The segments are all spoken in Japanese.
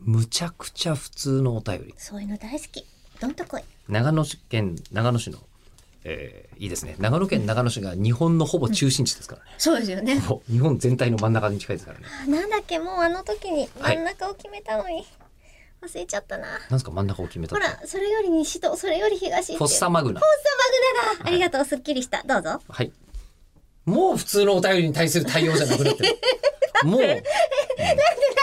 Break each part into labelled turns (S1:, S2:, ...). S1: むちゃくちゃ普通のお便り。
S2: そういうの大好き。どんとこい。
S1: 長野県長野市の、えーいいですね。長野県長野市が日本のほぼ中心地です からね。
S2: そうですよね。
S1: もう日本全体の真ん中に近いですからね。
S2: あなんだっけ、もうあの時に
S1: はい
S2: 真ん中を決めたのに、忘れちゃったな。
S1: なんですか真ん中を決めたっ
S2: ほ
S1: て
S2: ら、それより西と、それより東っていう。
S1: フォッサマグナ。
S2: マグナだ。ありがとう、すっきりした。どうぞ。
S1: はい。もう普通のお便りに対する対応じゃな くなってる。もう、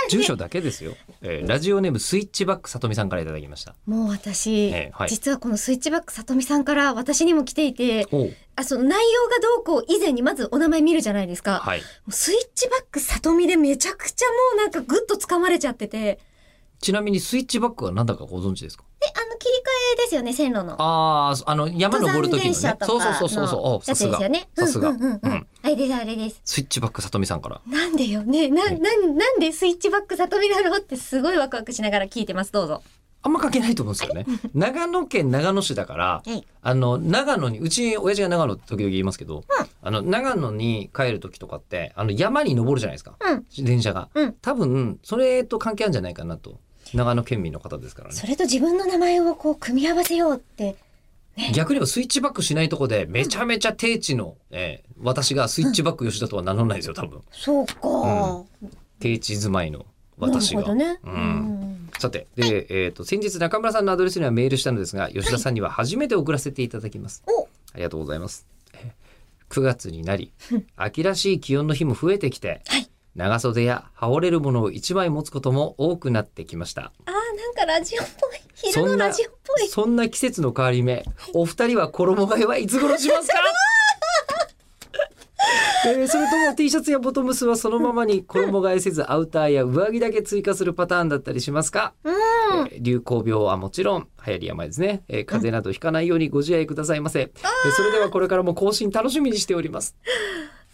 S1: 住所だけですよ、えーラジオネームスイッチバックさとみさんからいただきました。
S2: もう私、
S1: ええはい
S2: 実はこのスイッチバックさとみさんから私にも来ていて、
S1: おう
S2: あ、その内容がどうこう以前にまずお名前見るじゃないですか。
S1: はい。
S2: もうスイッチバックさとみでめちゃくちゃもうなんかぐっと掴まれちゃってて。
S1: ちなみにスイッチバックは何だかご存知ですか
S2: え、あの切り替えですよね、線路の。
S1: ああ、あの、山登る時のね。
S2: 登山電車とか
S1: そうそうそうそうそう。おさ
S2: やつ
S1: す
S2: で
S1: が
S2: すよね。。
S1: さすが。
S2: うんうんう
S1: うん
S2: うん
S1: ん。
S2: あれです、あれです。
S1: スイッチバックさとみさんから。
S2: なんでよね、な、な、なんでスイッチバック里見だろうってすごいワクワクしながら聞いてます。どうぞ。
S1: あんま関係ないと思うんですよね。 長野県長野市だから、
S2: はい
S1: あの、長野に、うち親父が長野って時々言いますけど、あの、長野に帰る時とかって、あの、山に登るじゃないですか。
S2: うん。
S1: 電車が。
S2: うん
S1: 多分、それと関係あるんじゃないかなと。長野県民の方ですからね。
S2: それと自分の名前をこう組み合わせようって。
S1: 逆に言えばスイッチバックしないとこで、めちゃめちゃ低地の、えー私がスイッチバック吉田とは名乗らないですよ、多分。
S2: そうか。
S1: 低地住まいの私が。
S2: なるほどね。
S1: う。
S2: うんん。
S1: さて、で、えっ、と、先日中村さんのアドレスにはメールしたのですが、吉田さんには初めて送らせていただきます。
S2: お、
S1: ありがとうございます。9月にな り、秋らしい気温の日も増えてきて、
S2: はい
S1: 長袖や羽織れるものを一枚持つことも多くなってきました。
S2: あーなんかラジオっぽい。昼のラジオっぽい。
S1: そんな季節の変わり目、お二人は衣替えはいつ頃します かえーそれとも T シャツやボトムスはそのままに衣替えせずアウターや上着だけ追加するパターンだったりしますか、えー流行病はもちろん流行り病ですね、えー風邪などひかないようにご自愛くださいませ、えーそれではこれからも更新楽しみにしております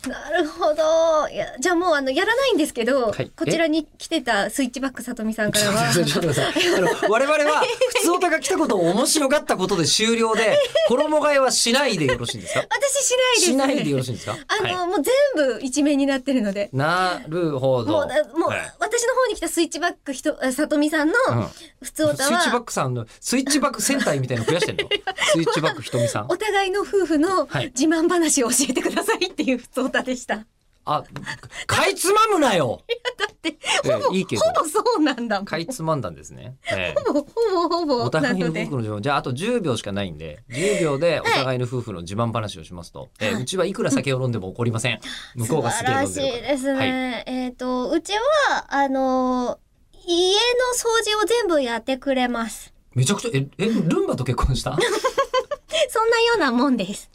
S2: なるほど。いや、じゃあもうあの、やらないんですけど、
S1: はい
S2: こちらに来てたスイッチバック里見さんか
S1: ちょ
S2: ら
S1: っと
S2: は
S1: 待っ。てちょっと待ってください。あの、我々は、普通オタが来たことを面白かったことで終了で、衣替えはしないでよろしいんですか
S2: 私し
S1: しな
S2: ないです、ね。
S1: いでよろしいんですか
S2: あの、
S1: は
S2: もう全部一面になってるので。
S1: い、なるほ
S2: も
S1: ど。
S2: うだ、もう、
S1: はい
S2: 私の方に来たスイッチバックひと、さとみさんの
S1: うん、
S2: 普通お
S1: スイ
S2: た
S1: ッチバ
S2: は
S1: ッ、クさんの、スイッチバック戦隊みたいなの増やしてんのスイッチバックひとみさん
S2: お。互いの夫婦の
S1: はい
S2: 自慢話を教えてくださいっていう普通おたでした。
S1: あ、かいつまむなよ
S2: だって、
S1: ええ
S2: ほぼ、
S1: いいけど
S2: ほぼそうなんだもん。
S1: かいつまんだんですね。 ええ
S2: ほぼ、ほぼ、ほぼ、
S1: お
S2: な
S1: 互いの
S2: の
S1: 夫
S2: で
S1: 婦。の自慢。じゃあ、あと10秒しかないんで、10秒でお互いの夫婦の自慢話をしますと、ええうちはいくら酒を飲んでも怒りません。向こうが
S2: 素
S1: す
S2: 晴
S1: げえ飲
S2: ら
S1: ん
S2: し
S1: でるから
S2: いですね。
S1: はい
S2: えっ、と、うちは、あのー家の掃除を全部やってくれます。
S1: めちゃくちゃ、え、え、ルンバと結婚した
S2: そんなようなもんです。